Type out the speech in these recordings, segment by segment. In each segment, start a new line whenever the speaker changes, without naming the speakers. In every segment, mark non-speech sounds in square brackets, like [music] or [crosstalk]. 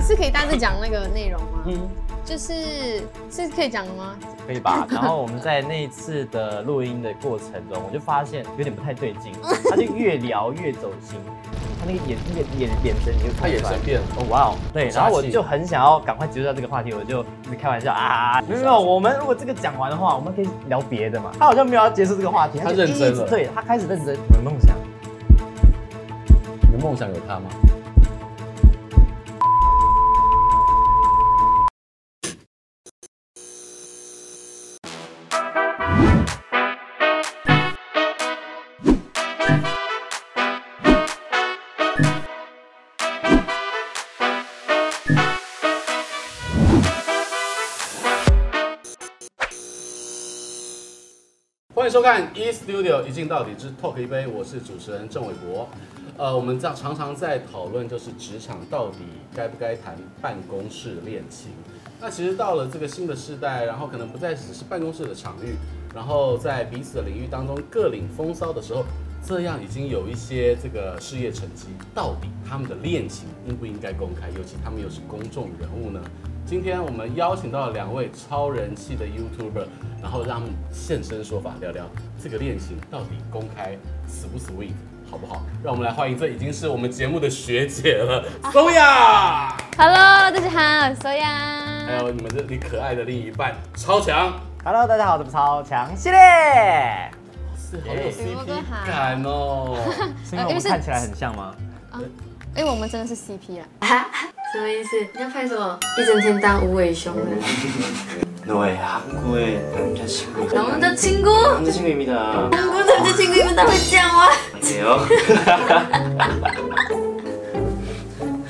是可以大致讲那个内容吗？
嗯，
就是是可以讲的吗？
可以吧？然后我们在那一次的录音的过程中，我就发现有点不太对劲，他就越聊越走心，他那个眼那个眼眼神你就
他
看
眼
出来
神变了。
哦，哇哦，对，
杀气
然后我就很想要赶快结束掉这个话题，我就一直开玩笑啊，没有没有，我们如果这个讲完的话，我们可以聊别的嘛。他好像没有要结束这个话题，
他
就一直
认真了
对他开始认真。你的梦想，
你的梦想有他吗？欢迎收看 E Studio 一镜到底之 Talk 一杯，我是主持人郑伟博。呃，我们常常常在讨论，就是职场到底该不该谈办公室恋情。那其实到了这个新的时代，然后可能不再只是办公室的场域，然后在彼此的领域当中各领风骚的时候，这样已经有一些这个事业成绩，到底他们的恋情应不应该公开？尤其他们又是公众人物呢？今天我们邀请到两位超人气的 YouTuber，然后让他们现身说法，聊聊这个恋情到底公开 sweet sweet 好不好？让我们来欢迎，这已经是我们节目的学姐了，松雅，
Hello，大家好，我是苏阳。
还有你们这你可爱的另一半超强，
Hello，大家好，我是超强系列，
是好有
耶
CP 感 [laughs] 哦。
是啊因为我们看起来很像吗？
哎、我们真的是 CP 啦。
啊？什么意思？你要拍什么？一整天当无尾熊的？
너의 학구의 남자친구
남자친구?
남자친구입니다
한국 남자친구이면 나 뵙지 않아?
[laughs] 안녕하세요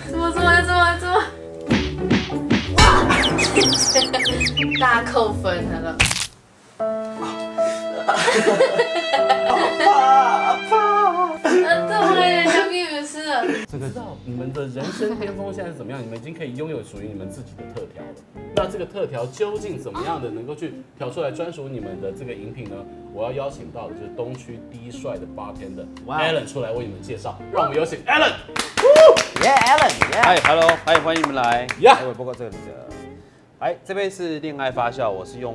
什么什么什
[laughs]
么什么？哇！大扣分了。
아파 아파
那这我也相信于是，
这个知道你们的人生巅峰现在是怎么样？你们已经可以拥有属于你们自己的特调了。那这个特调究竟怎么样的能够去调出来专属你们的这个饮品呢？我要邀请到的就是东区第一帅的 bartender
哇
Alan 出来为你们介绍。让我们有请 Alan。
耶，Alan，
嗨，Hello，嗨，欢迎你们来。
呀
呀，我包括这里的。哎，这杯是恋爱发酵，我是用，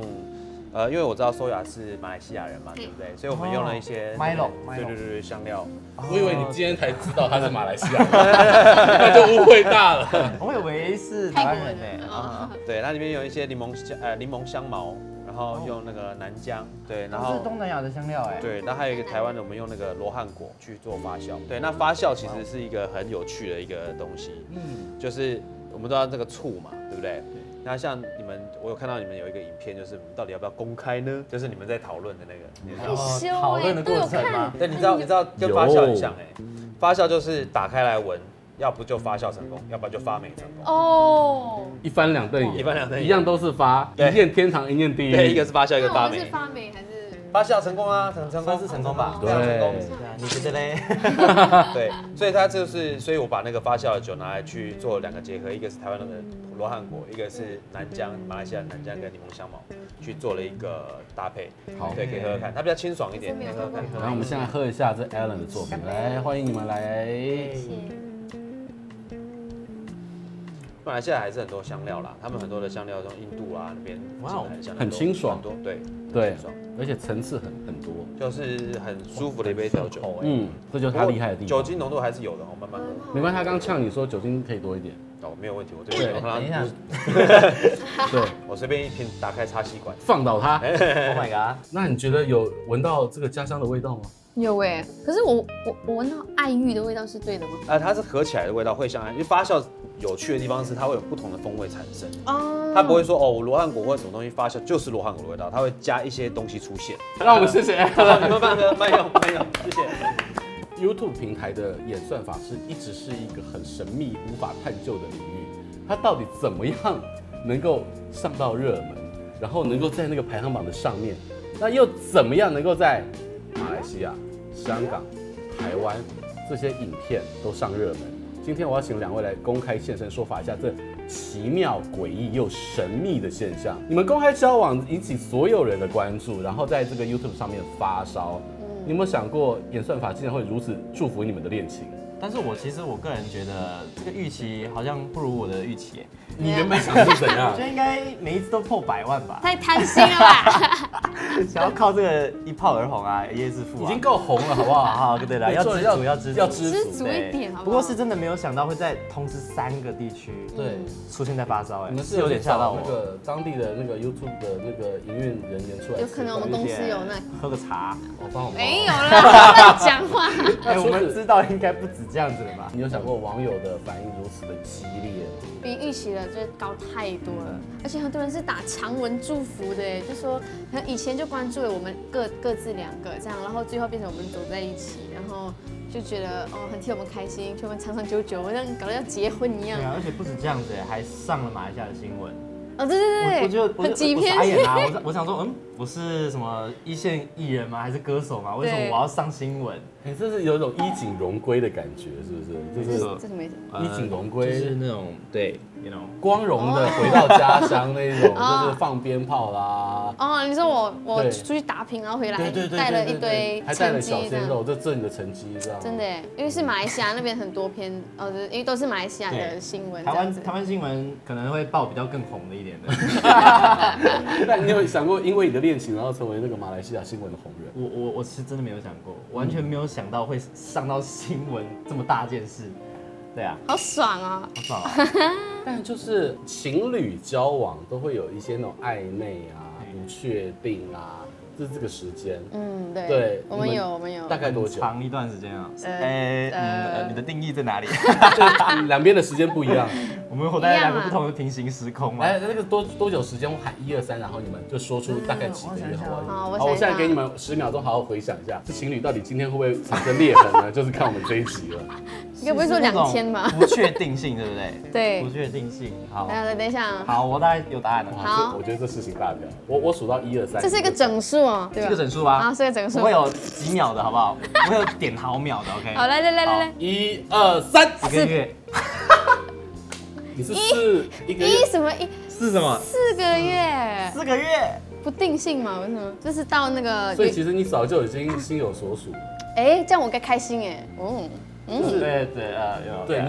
呃，因为我知道苏雅是马来西亚人嘛，对不对？所以我们用了一些
Milo，
对
哦 Milo
对对对，香料。
我以为你今天才知道他是马来西亚人， [laughs] 那就误会大了。
我以为是台湾人呢。啊
对，它里面有一些柠檬香，呃，柠檬香茅，然
哦
后用那个南姜，对，然
都是
后。
东南亚的香料哎。
对，那还有一个台湾的，我们用那个罗汉果去做发酵。对，那发酵其实是一个很有趣的一个东西。
嗯，
就是我们都要这个醋嘛，对不对？那像你们，我有看到你们有一个影片，就是你们到底要不要公开呢？就是你们在讨论的那个，
然后
羞欸
讨论的过程吗？
对，你知道，你知道跟
有
发酵很像哎、发酵就是打开来闻，要不就发酵成功，要不然就发霉成功。
哦、
一翻两瞪眼，
一翻两瞪眼
一样都是发，一
对
念天堂，一念地狱。
对，一个是发酵，一个
那
发
我们是
霉。
发霉还是？
发酵成功啊，成成功是成功吧？
对
非常成功。
啊你觉得嘞？
[laughs] 对，所以它就是，所以我把那个发酵的酒拿来去做两个结合，一个是台湾的罗汉果，一个是南姜，马来西亚的南姜跟柠檬香茅去做了一个搭配。
好
对，可以喝喝看，它比较清爽一点，
还
可
是
以
没有
喝喝看。
然后我们现在喝一下这 Alan 的作品，来欢迎你们来。
马来西亚还是很多香料啦，他们很多的香料从印度啊那边
哇
哇
哦
哦，香料
很清爽
很多对，
对
清爽，
而且层次很很多。
就是很舒服的一杯调酒。
嗯，这就是他厉害的地
哦酒
方。
精浓度还是有的，我慢慢喝。
没关系，他刚呛你说酒精可以多一
[laughs]
点。
哦，没有问题，我这边我
等一下
刚刚
对，
我随便一瓶打开插吸管，
放倒他。
[laughs]
哎
，Oh my god！
那你觉得有闻到这个家乡的味道吗？
[laughs]
有哎、可是我我我闻到爱玉的味道是对的吗？
啊，它是合起来的味道会像，因为发酵有趣的地方是它会有不同的风味产生，
哦、
它不会说哦我罗汉果或者什么东西发酵就是罗汉果的味道，它会加一些东西出现。
让我们谢谢
好
[laughs] Alan。
你们慢喝，慢用，慢用，谢谢。
YouTube 平台的演算法是一直是一个很神秘、无法探究的领域。它到底怎么样能够上到热门，然后能够在那个排行榜的上面？那又怎么样能够在马来西亚、香港、台湾这些影片都上热门？今天我要请两位来公开现身说法一下这奇妙、诡异又神秘的现象。你们公开交往引起所有人的关注，然后在这个 YouTube 上面发烧。你有没有想过演算法竟然会如此祝福你们的恋情？
但是我其实我个人觉得这个预期好像不如我的预期耶，
你原本想是怎
我 [laughs]
样
觉？得应该每一次都破百万吧，
太贪心了吧？
想要靠这个一炮而红啊，一夜致富啊，
已经够红了，好不好？
好， [laughs] 对了，
对
要
做
知
人
足，要
要
知足，
要知
知
足
足。一点好不好？
不过是真的没有想到会在同时三个地区
对，
出现在发烧，哎
你，们是
有点吓到
那
我。
个当地的那个 YouTube 的那个营运人员出来吃饭，
有可能我们公司有那
喝个茶，
我帮我们
[laughs] 没有啦，乱讲话。
那
哎，
除
我
此
们知道应该不止这样子了吧？
你有想过网友的反应如此的激烈吗？
比预期的就是高太多了，而且很多人是打强文祝福的耶，就说可能以前就关注了我们各各自两个这样，然后最后变成我们走在一起，然后就觉得哦很替我们开心，就我们长长久久，好像搞得要结婚一样
对。啊，而且不止这样子，哎还上了马来西亚的新闻。
哦对
我我
对
就
对
我
对，
就
有几
我傻
篇
眼啊！我我想说，嗯，我是什么一线艺人吗？还是歌手吗？为什么
对
我要上新闻？
你哎这是有一种衣锦荣归的感觉，是不是？
这
就是是
这什么意思？
呃
衣锦荣归
就是那种对，you know，
光荣的回到家乡那种，
哦
就是放鞭炮啦。
哦，你说我我
对
出去打拼，然后回来
对对对，
带了
对
一
对
堆
对还带
成
了
绩
小
这
鲜
样。
肉，这这是你的成绩，这样
真的耶，因为是马来西亚那边很多篇，呃，因为都是马来西亚的
对
新闻这
台
样子
湾台。湾新闻可能会报比较更红的
[laughs]
一点的。
[laughs] 那你有想过，因为你的恋情，然后成为那个马来西亚新闻的红人？
我我我是真的没有想过，完全没有想到会上到新闻这么大件事。对啊，
好爽啊！[laughs]
好爽啊！
但就是情侣交往都会有一些那种暧昧啊、
对
不确定啊，这是这个时间。
嗯，对，
对
我们
你们
有，我们有，
大概多久？
长一段时间啊。
呃
哎，嗯
呃
呃，你的定义
[laughs]
在哪里？
就 [laughs] 两边的时间不一样。
我们活在两
一
个
样啊
不同的平行时空嘛。
哎来，那个多多久时间？我喊一二三，然后你们就说出大概几个月好不好？
好，我
好，
想
我
一
现在
下
给你们十秒钟，好好回想一下，这情侣到底今天会不会产生裂痕呢？就是看我们这一集了。
应该不会说
是那种
两千吧
不确定性，对不对？
[laughs] 对
不确定性。好，
来，等一下啊，
好，我大概有答案了。
好
这我觉得这事情大不了。我我数到一二三，
这是一个整数哦，对
这
吧？
个整数吧。
啊是个整数
我会有几秒的好不好？我会有点毫秒的，OK。
[laughs] 好，来来来来来，
一二三，
好，一个月
你是四一个
一
月，
什么一
是什么？
四个月
四个月。
不定性嘛？为什么？就是到那个
所以其实你早就已经心有所属了。
哎，这样我该开心哎，嗯，
就是
对对呃，有
对你，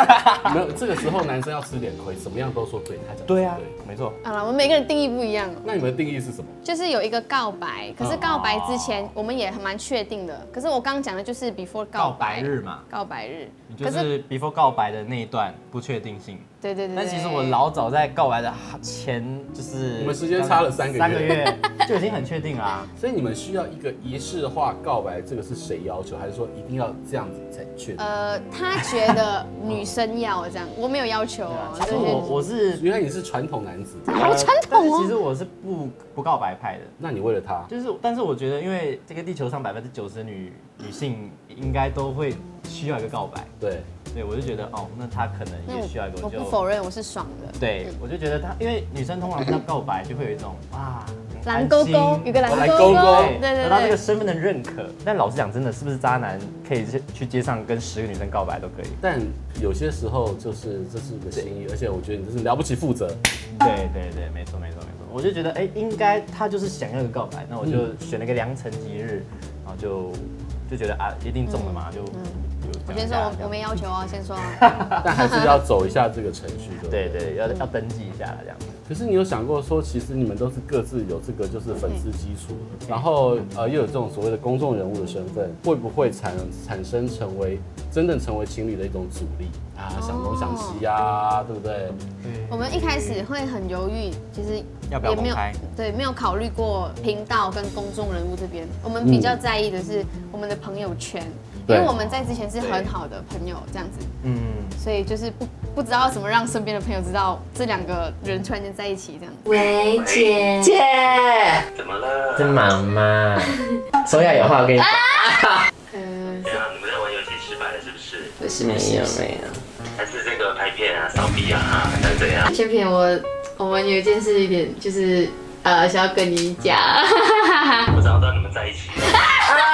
[laughs] 没有这个时候男生要吃点亏，怎么样都说对，他讲
对啊，没错。
好了，我们每个人定义不一样，哦
那你们的定义是什么？
就是有一个告白，可是告白之前我们也很蛮确定的，可是我刚刚讲的就是 before
告
告
白
白
日，嘛，
告白日，
就是 before 告白的那一段不确定性。
对对对，
但其实
对
我老早在告白的前，就是
我们时间差了三个月
三个月就已经很确定啊啦、
所以你们需要一个仪式化告白，这个是谁要求？还是说一定要这样子才确定？
呃，他觉得女生要这样，我没有要求哦。
啊其实
对
我我是
原来你是传统男子，
好传统哦
呃但是其实我是不不告白派的。
那你为了他，
就是，但是我觉得，因为这个地球上百分之九十女女性应该都会需要一个告白，
对，
对我就觉得，哦，那她可能
那
也
我
需要一个，
我
就
不否认我是爽的，
对，我就觉得她，因为女生通常要告白就会有一种哇，很
蓝
安
勾
心
勾有个蓝
蓝
勾
勾勾
勾，对
对
对
得到这个
对，
身份的认可。但老实讲，真的是不是渣男可以去去街上跟十个女生告白都可以？
但有些时候就是这是一个心意，而且我觉得你这是了不起负责。
对对对，没错没错没错。我就觉得，哎、应该他就是想要一个告白，那我就选了一个良辰吉日，然后就就觉得啊，一定中了嘛，就就
我
讲一
先
下
说
这
我我
样
没要求
[laughs]
哦，先说哦，
但还是要走一下这个程序的。
对对，
嗯
要要登记一下啦这样子。
可是你有想过说，其实你们都是各自有这个就是粉丝基础，然后呃又有这种所谓的公众人物的身份，会不会产产生成为真正成为情侣的一种阻力啊？想东想西呀、对不对？
我们一开始会很犹豫，其实
要不要
也没有
公开
对没有考虑过频道跟公众人物这边，我
嗯
们比较在意的是我们的朋友圈，因
对
为我们在之前是很好的朋友这样子，
嗯，
所以就是不不知道怎么让身边的朋友知道这两个人突然间在一起这样。
喂，姐，
怎么了？
是妈妈，松雅有话要跟你
哎
讲，
嗯，
怎啊样？你们在玩游戏失败了是不是？
没有没有，
还是这个拍片啊、扫地啊，还是怎样？
千平，我我们有一件事有点就是呃想要跟你讲，
我早知道你们在一起了。
Oh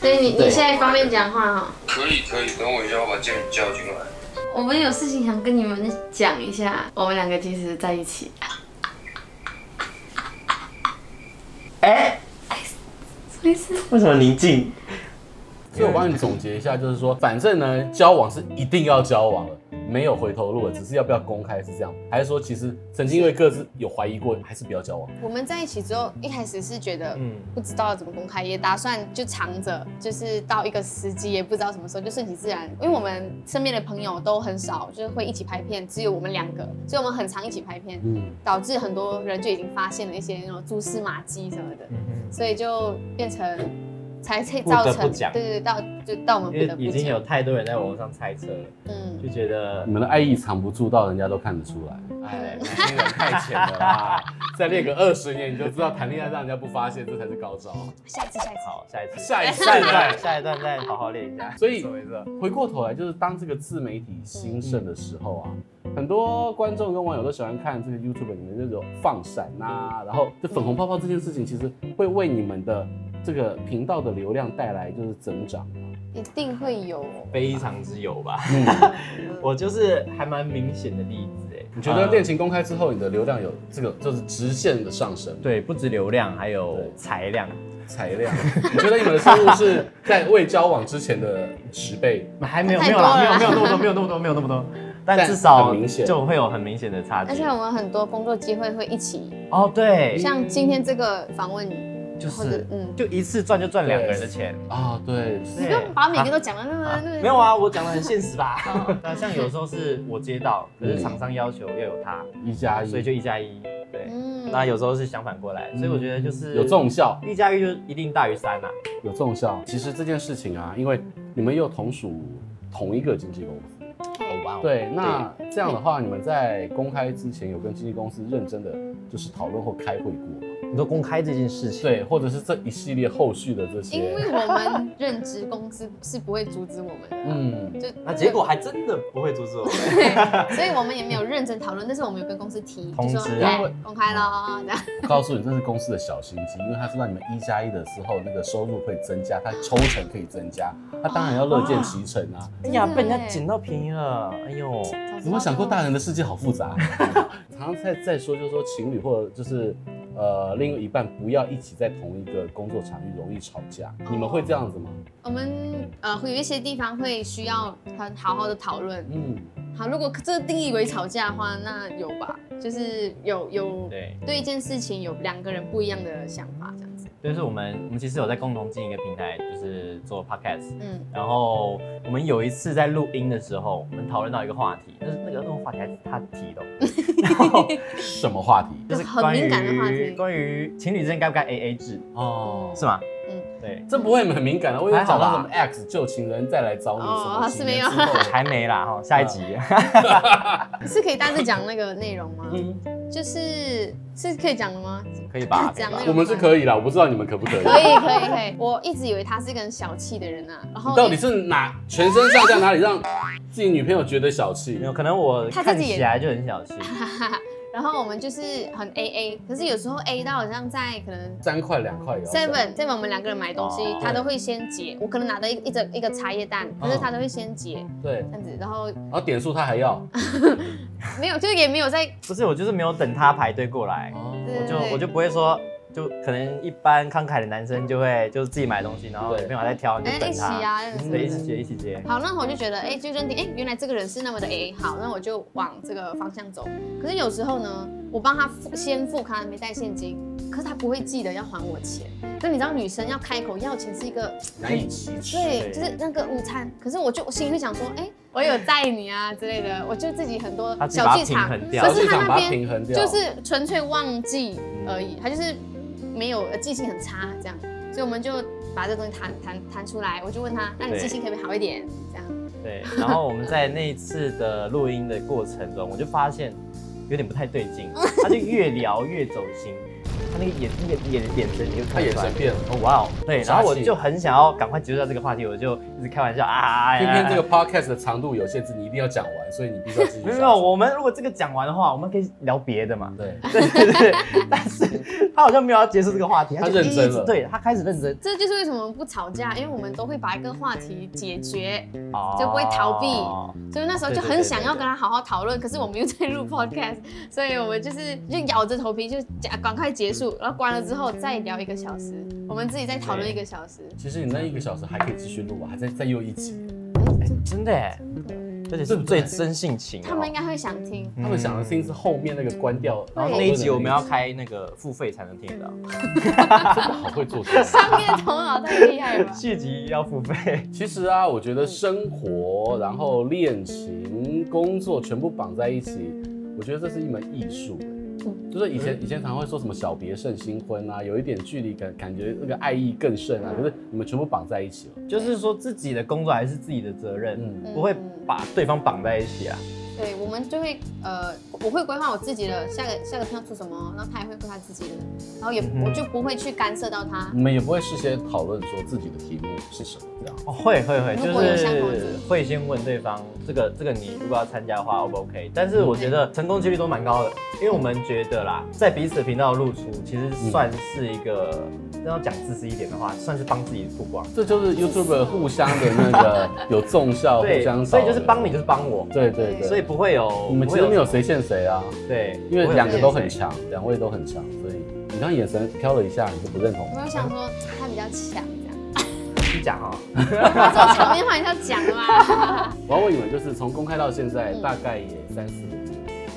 所以你你现在方便讲话哈、
可以可以，等我一下，我把经理叫进来。
[laughs] 我们有事情想跟你们讲一下，我们两个其实在一起。
哎、
什么意思？
哎
为什么宁静？
所以我帮你总结一下，就是说，反正呢，交往是一定要交往了，没有回头路了，只是要不要公开是这样，还是说其实曾经因为各自有怀疑过，还是不要交往？
我们在一起之后，一开始是觉得
嗯
不知道怎么公开，也打算就藏着，就是到一个时机，也不知道什么时候，就顺其自然。因为我们身边的朋友都很少，就是会一起拍片，只有我们两个，所以我们很常一起拍片，
嗯，
导致很多人就已经发现了一些那种蛛丝马迹什么的，
嗯哼
所以就变成才才造
不得
成
不讲
对对对到就到我们不
因
得
为
不
已经
讲
有太多人在网络上猜测了，
嗯
就觉得
你们的爱意藏不住，到人家都看得出来。哎，年轻人太浅了啦，再练个二十年，你就知道谈恋爱让人家不发现，这才是高招。
下一次下一次
好，下一次，
下一次
下一段，下一段再好好练一下。
所以
走一走
回过头来，就是当这个自媒体兴盛的时候啊，很多观众跟网友都喜欢看这个 YouTube 里面那种放闪呐、然后就粉红泡泡这件事情，其实会为你们的这个频道的流量带来就是增长。
一定会有
非常之有吧，
嗯，
[laughs] 我就是还蛮明显的例子哎。
你觉得恋
呃
情公开之后，你的流量有这个就是直线的上升？
对不止流量，还有
对
财量，
材料，你觉得你们的收入是在未交往之前的十倍？
还没有
太
没有
多
啦，
了
没有没有那么多，没有那么
[laughs]
多，没有那么多，但
但
至少
很明显
就会有很明显的差距
而且。我们很多工作机会会一起，
哦，对，
像今天这个访问，
就
或者
是
嗯
就一次赚就赚两个人的钱，
啊、对，
你不用把每个都讲的那么
啊
那么
没有啊，我讲的很现
[laughs]
实吧。
哦
[laughs] 那像有时候是我接到，可是厂商要求要有他，
一加一，
所以嗯就一加一。对，
嗯
那有时候是相反过来，所以我觉得就是
有重效。
一加一就一定大于三呐。啊
有重效。其实这件事情啊，因为你们又同属同一个经纪公司，
哦哇哦，
对，那这样的话，你们在公开之前有跟经纪公司认真的就是讨论或开会过吗？
你说公开这件事情，
对，或者是这一系列后续的这
因
些，
为我们任职公司是不会阻止我们的啦，
嗯，
就
那结果还真的不会阻止我 [laughs] 们。
对，所以我们也没有认真讨论，但是我们有跟公司提，
通
就
知
说
啊
来公开咯，这样
我告诉你，这是公司的小心机，因为他知道你们一加一的时候，那个收入会增加，他抽成可以增加，他当然要乐见其成啊。
哎呀，
真的
被人家
耶
捡到便宜了，哎呦，
[laughs]
早知道
有没有想过大人的世界好复杂？ [laughs] 常常在在说，就是说情侣或者就是呃另一半不要一起在同一个工作场域，容易吵架。你们会这样子吗？
我们呃会有一些地方会需要很好好的讨论。
嗯，
好，如果这定义为吵架的话，那有吧，就是有有
对，
对一件事情有两个人不一样的想法这样子。
就是我们我们其实有在共同经营一个平台，就是做 podcast。
嗯，
[laughs]
然后我们有一次在录音的时候，我们讨论到一个话题，但是那个那个话题还是他提的哦，然后
嗯 [laughs] 什么话题？
就是
嗯很
关于
敏感的话题
关于情侣之间该不该 A A 制，
哦，
是？吗？
嗯，
对，
这不会很敏感的，我以为
还好
讲到
吧
什么 X 旧情人再来找你什
哦
么几年之
是没
后，
还没啦哈，下一集。
是可以大致讲那个内容吗？ [laughs]
嗯，
就是是可以讲的
[laughs]
吗？
可以吧？可以
讲
吧
那
我
个
们是可以啦，我不知道你们可不可以。
可以可以可以，我一直以为他是一个很小气的人啊，然后
到底是哪全身上下哪里让自己女朋友觉得小气
没？
嗯
有，可能我
他
看
自己也
起来就很小气，
[laughs] 然后我们就是很 A A，可是有时候 A 到好像在可能
三块两块也要算
seven seven 我们两个人买东西
哦，
他都会先结，我可能拿到一一整一个茶叶蛋，可是他都会先结
对，
这样子，然后
然后点数他还要，
没有就是也没有在
不是我就是没有等他排队过来，
[laughs] 对
我
对
就
对
我就不会说，就可能一般慷慨的男生就会就是自己买东西，然后
对
女朋友还在挑，你就
哎一
等
起
他，
啊，什么
对，一
的
起接一起接。
好，那我就觉得，哎、就认定，哎、原来这个人是那么的 A，好，那我就往这个方向走。可是有时候呢，我帮他付先付，可能没带现金，可是他不会记得要还我钱。那你知道女生要开口要钱是一个
难以启齿。
对，就是那个午餐。可是我就我心里会想说，哎、我有带你啊之类的，我就自己很多
他自己
小
把它
剧
平
场，
衡掉
可
小
是
剧
他
场
那
把它平
边
衡掉，
就是纯粹忘记而已，他就是没有呃记性很差这样，所以我们就把这东西谈谈谈出来，我就问他，那你
对
记性可不可以好一点？这样。
对，然后我们在那一次的录音的过程中，我就发现有点不太对
[laughs]
劲，他就越聊越走心，他那个眼那个眼眼神你就
他
看
眼
出来
神。变了。
哦哇哦，对，然后我
杀气
就很想要赶快结束掉这个话题，我就一直开玩笑啊。
偏偏这
个
个 podcast 的长度有限制，你一定要讲完，所以你必须要继续。
没有没有，我们如果这个讲完的话，我们可以聊别的嘛。
对，
[laughs] 对对对，但是他好像没有要结束这个话题，
他
就
认真
一直
了
对他开始认真，
这就是为什么不吵架，因为我们都会把一个话题解决，
就
就不会逃避所以那时候就很想要跟他好
嗯
好讨论，可是我们又在录 podcast，所以我们就是就咬着头皮就讲赶快结
嗯
束，然后关了之后再聊一个小时，我们自己再讨论一个小
嗯
时。
其实你那一个小时还可以继续录啊，还在再又一集。
真的哎，而且是最真性情哦。
他们应该会想
嗯
听，
他们想的是后面那个关掉，
然
然后
后
讨
那
论的
一集我们要开那个付费才能听得到，。
真的好会做节目。
上面头脑太厉害了吧
续集要付费。
[laughs] 其实啊，我觉得生活、然后恋情、工作全部绑在一起，我觉得这是一门艺术。
嗯
就是以前以前常会说什么小别胜新婚啊，有一点距离感，感觉那个爱意更甚啊。可是你们全部绑在一起了，
就是说自己的工作还是自己的责任，
嗯
不会把对方绑在一起啊。
对，我们就会呃，我会规划我自己的下个下个片要出什么，然后他也会规划自己的，然后也、
嗯哼嗯
我就不会去干涉到他。
你们也不会事先讨论说自己的题目是什么这样。
哦，会会会，
如果有相同的
就是会先问对方这个这个你如果要参加的话，O 不 OK？但是我觉得成功几率都蛮高的，因为我们觉得啦，在彼此的频道露出，其实算是一个，要讲自私一点的话，算是帮自己曝光。
这就是 YouTube 互相的那个有纵效，互
对
相，
所以就是
找的
帮你，就是帮我，
对对对，
所以不会有，
我们
不
其
会
实没有谁欠谁啊，
对，
因为
不会有
两个都很
谁
强，两位都很强，所以你刚刚眼神飘了一下，你是不认同
我
吗？
就想说他比较强，这样，
去讲哦。
这种场面话你要讲啦。
我要问你们，就是从公开到现在，大概也三四年，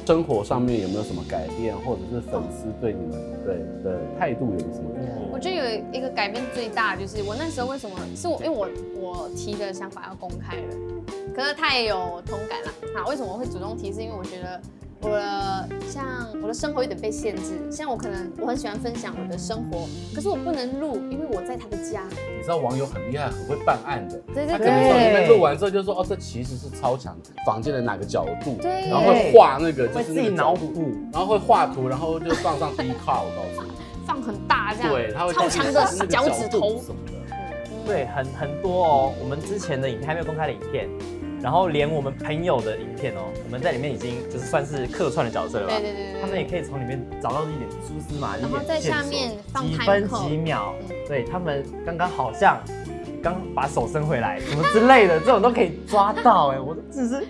生活上面有没有什么改变，或者是粉丝对你们对的态度有什么改变？
我觉得有一个改变最大的就是我那时候为什么是我，因为我我提的想法要公开了，可是他也有同感啦。啊，为什么我会主动提？是因为我觉得我的像我的生活有点被限制，像我可能我很喜欢分享我的生活，可是我不能录，因为我在他的家。
嗯
你知道网友很厉害，很会办案的，
对
他
对
可能从
对。
里面录完之后就说，哦，这其实是超强房间的哪个角度，
对
然后会画那个就
会
是
自
那
己
个
脑
角度，
补，
然后会画图，然后就放上 D 卡，我告诉你，
放很大这样，
对，他会
超强的脚趾头，
什么的，
对，很很多哦。我们之前的影片还没有公开的影片，然后连我们朋友的影片哦，我们在里面已经就是算是客串的角色了吧
对？对对
他们也
对
可以从里面找到一点蛛丝马迹，
然后
一点
在
线
下
索
面放
几
time
分
code
几秒
嗯，
对他们刚刚好像刚把手伸回来，什么之类的，这种都可以抓到哎，我只是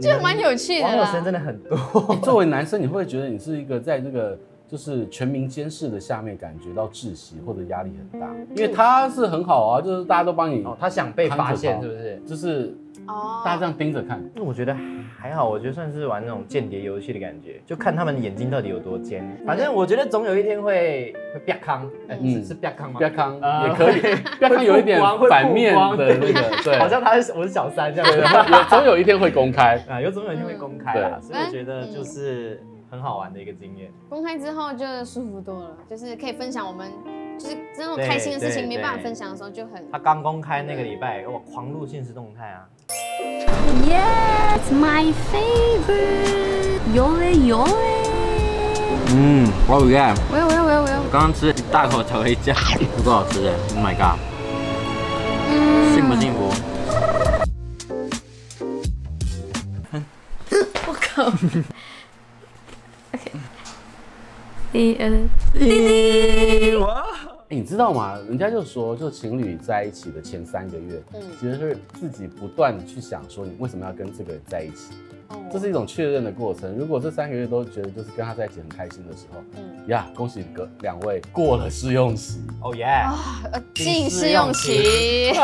对，就蛮有趣
网
的啊
友生真
啦。
的很多，
哎作为男生，你会不会觉得你是一个在这个就是全民监视的下面感觉到窒息或者压力很大？因为他是很好啊，就是大家都帮你，
哦，他想被发现是不是？
就是
哦
大家这样盯着看。
那我觉得还好，我觉得算是玩那种间谍游戏的感觉，就看他们的眼睛到底有多尖。
嗯
反正我觉得总有一天会会啪康，哎、
嗯
是是啪康吗
不？要康
呃
也可以，不要康有一点反面的那个，
[laughs]
对，
好像他是我是小三这样
对
子。
[laughs]
有总有一天会公开。
啊，有总有一天会公开啦，
对
所以我觉得
嗯
就是很好玩的一个经验。
公开之后就舒服多了，就是可以分享我们就是这种
对
开心的事情
对
没办法
对
分享的时候就很
他刚公开那个礼拜，哇，狂录现实动态啊！
Yeah, it's my favorite. Yole yole.
嗯，我不干，
我有我有我有我有，
刚刚吃了一大口才回家，不够好吃哎！Oh my god，幸不幸福？
一二，
哎你知道吗？人家就说，就情侣在一起的前三个月，
嗯
其实是自己不断地去想说，你为什么要跟这个人在一起，
哦
这是一种确认的过程。如果这三个月都觉得就是跟他在一起很开心的时候，
嗯
呀，恭喜各两位过了试用期，
哦耶！
啊呃
进
进
试
试
用
用
期
期，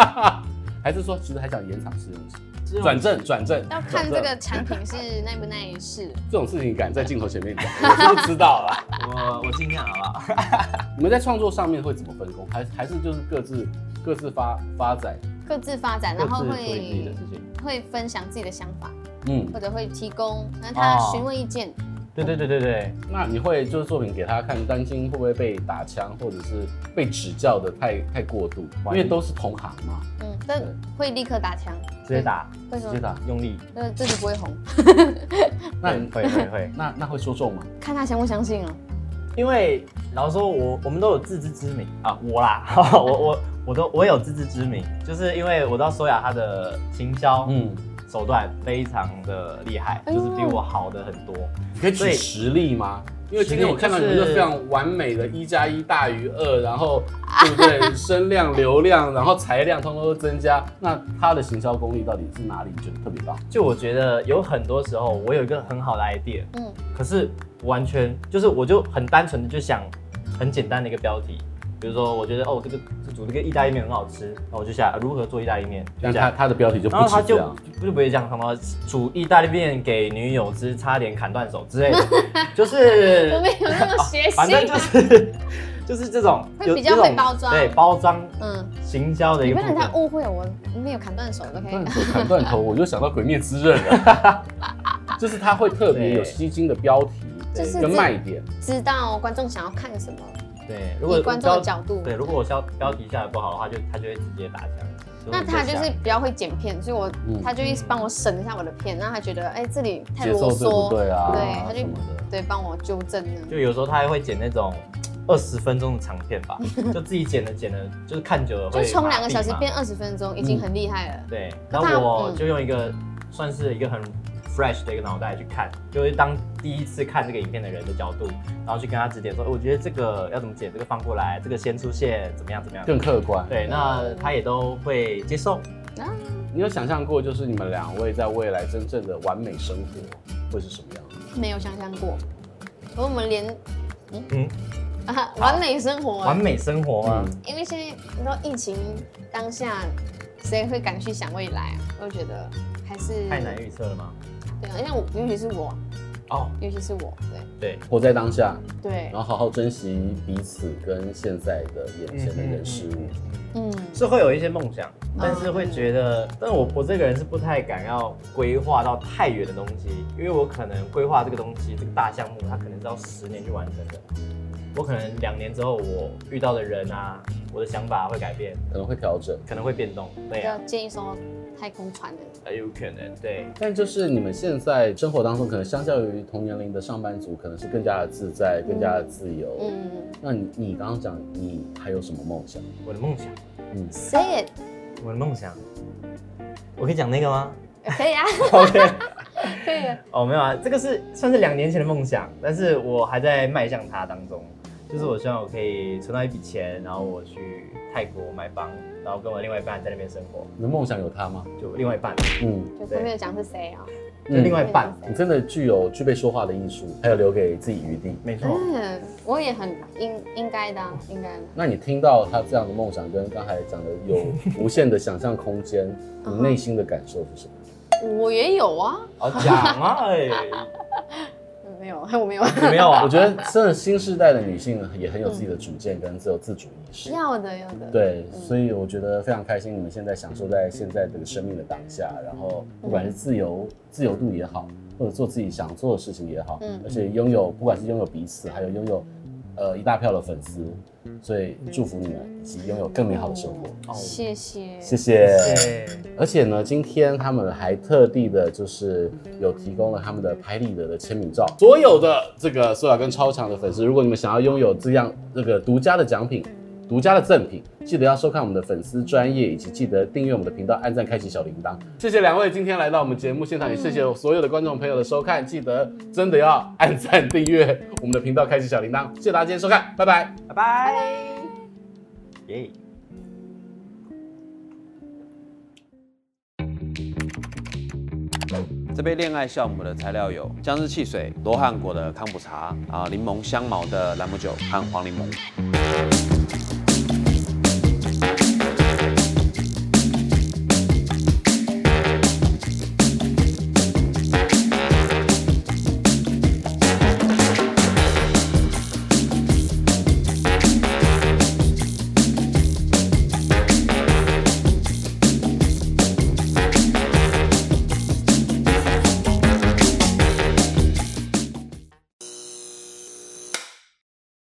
还是说其实还想延长试用期？
试用期
转正转正，
要
转
看
正
这个产品是耐不耐试。
这种事情敢在镜头前面讲，我就知道了。
我我尽量好不好？
[laughs] 你们在创作上面会怎么分工？还还是就是各自各自发发展，
各自发展， [laughs] 然后
各自处理自己
会
的事情。
会分享自己的想法，
嗯，
或者会提供，然后他
哦
询问意见，
[laughs] 对对对对对，
那你会就是作品给他看，担心会不会被打枪，或者是被指教的太太过度，因为都是同行嘛。
嗯，但会立刻打枪，
直接打，
会说
直接打
用力，
呃这就不会红，
[laughs]
那
对会会
[laughs]
会。
那那会说中吗？
看他相不相信哦。
因为老实说我，我们都有自知之明啊，我
[laughs]
啦，我我我都我有自知之明，就是因为我知道索雅她的行销
嗯，
手段非常的厉害，
哎
就是比我好的很多。
你可以举实例吗？因为今天我看到你们一个非常完美的一加一大于二，然后对不对？声量、流量，然后财量，通通都增加。那它的行销功力到底是哪里觉得特别棒？
就我觉得有很多时候，我有一个很好的 idea，
嗯
嗯，可是完全就是我就很单纯的就想很简单的一个标题，比如说我觉得哦这个这煮这个意大利面很好吃，那我就下如何做意大利面，就
但
这
它
样。
它的标题就不
然后
止啊
他
这
就
[laughs] 样。
不就不会讲什么煮意大利面给女友吃，差点砍断手
[laughs]
之类的，就是
我没有那么邪
哦反正
性
就，是就是这种
会
有
比较
这种
会包装
对包装
嗯，
行销的一
你
个
不要
部
让人家
分。嗯
误会我，没有砍断手都可以
断。手砍
[laughs]
断头，我就想到《鬼灭之刃》了，就是它会特别有吸睛的标题
就是
跟
这
卖点。
知道观众想要看什么，
对，如果
以观众的
标
角度。
对，如果我标标题下的不好的话，就他就会直接打枪。
那他就是比较会剪片，所以我
嗯
他就一直帮我审一下我的片，让他觉得哎这里太
节
啰
奏对不
嗦，
对啊？
对他就
什么的。
对，帮我纠正呢。
就有时候他还会剪那种二十分钟的长片
[laughs]
吧，就自己剪了剪了，就是看久了
就
会
从
麻
两个
痹
小时
嘛
变二十分钟，已
嗯
经很厉害了。
对，
那
然
他
后我
嗯
就用一个、算是一个很 fresh 的一个脑袋去看，就是当第一次看这个影片的人的角度，然后去跟他指点说，哎我觉得这个要怎么剪，这个放过来，这个先出现，怎么样怎么样。
更客观。
对，那他也都会接受。
你有想象过，就是你们两位在未来真正的完美生活会是什么样？
没有想象过，可我们连
嗯，
[laughs] 啊完美生活，
完，美生活啊，
因为现在你知道疫情当下，谁会敢去想未来啊？我觉得还是
太难预测了吗？
对啊，因为我尤其是我，
哦，
尤其是我，
对，
活在当下，
对对
然，后好好珍惜彼此跟现在的眼前的人事物。
嗯，
是会有一些梦想，但是会觉得，但我我这个人是不太敢要规划到太远的东西，因为我可能规划这个东西，这个大项目，它可能是要十年去完成的。我可能两年之后，我遇到的人啊，我的想法会改变，
嗯
可能会调整，
可能会变动，对
要
啊，
建议说太空船的，
有可能，对，
但就是你们现在生活当中，可能相较于同年龄的上班族，可能是更加的自在，更加的自由。
嗯
那你你刚刚讲，你还有什么梦想？
我的梦想，
嗯，
，say it，
我的梦想，我可以讲那个吗
可以啊，
[laughs] ？OK，
可以啊，
哦，没有啊，这个是算是两年前的梦想，但是我还在迈向它当中。就是我希望我可以存到一笔钱，然后我去泰国买房，然后跟我另外一半在那边生活，
你的梦想有他吗？
就另外一半，
嗯，
就分别讲是谁啊？
就另外一半，
你真的具有具备说话的艺术，还有留给自己余地。
没错。
嗯，我也很应应该的啊，应该的。
那你听到他这样的梦想，跟刚才讲的有无限的想象空间，你内心的感受是什么？
我也有啊，
好讲啊，哎，
没有， [laughs] 我没有。
你没有啊？
我觉得真的新时代的女性也很有自己的主见跟自有自主意识。
要的，要的。
对，所以我觉得非常开心，你们现在享受在现在这个生命的当下，然后不管是自由、自由度也好，或者做自己想做的事情也好，
嗯
而且拥有不管是拥有彼此，还有拥有呃一大票的粉丝，所以祝福你们以及拥有更美好的生活。
哦
嗯谢谢。
谢谢。
对，
而且呢，今天他们还特地的，就是有提供了他们的拍立得的签名照。所有的这个苏雅跟超强的粉丝，如果你们想要拥有这样这个独家的奖品、独家的赠品，记得要收看我们的粉丝专业，以及记得订阅我们的频道，按赞、开启小铃铛。谢谢两位今天来到我们节目现场，也谢谢所有的观众朋友的收看，记得真的要按赞、订阅我们的频道，开启小铃铛。谢谢大家今天收看，拜拜。
拜拜，耶、
这杯恋爱酵母的材料有姜汁汽水、罗汉果的康普茶啊、柠檬香茅的兰姆酒和黄柠檬。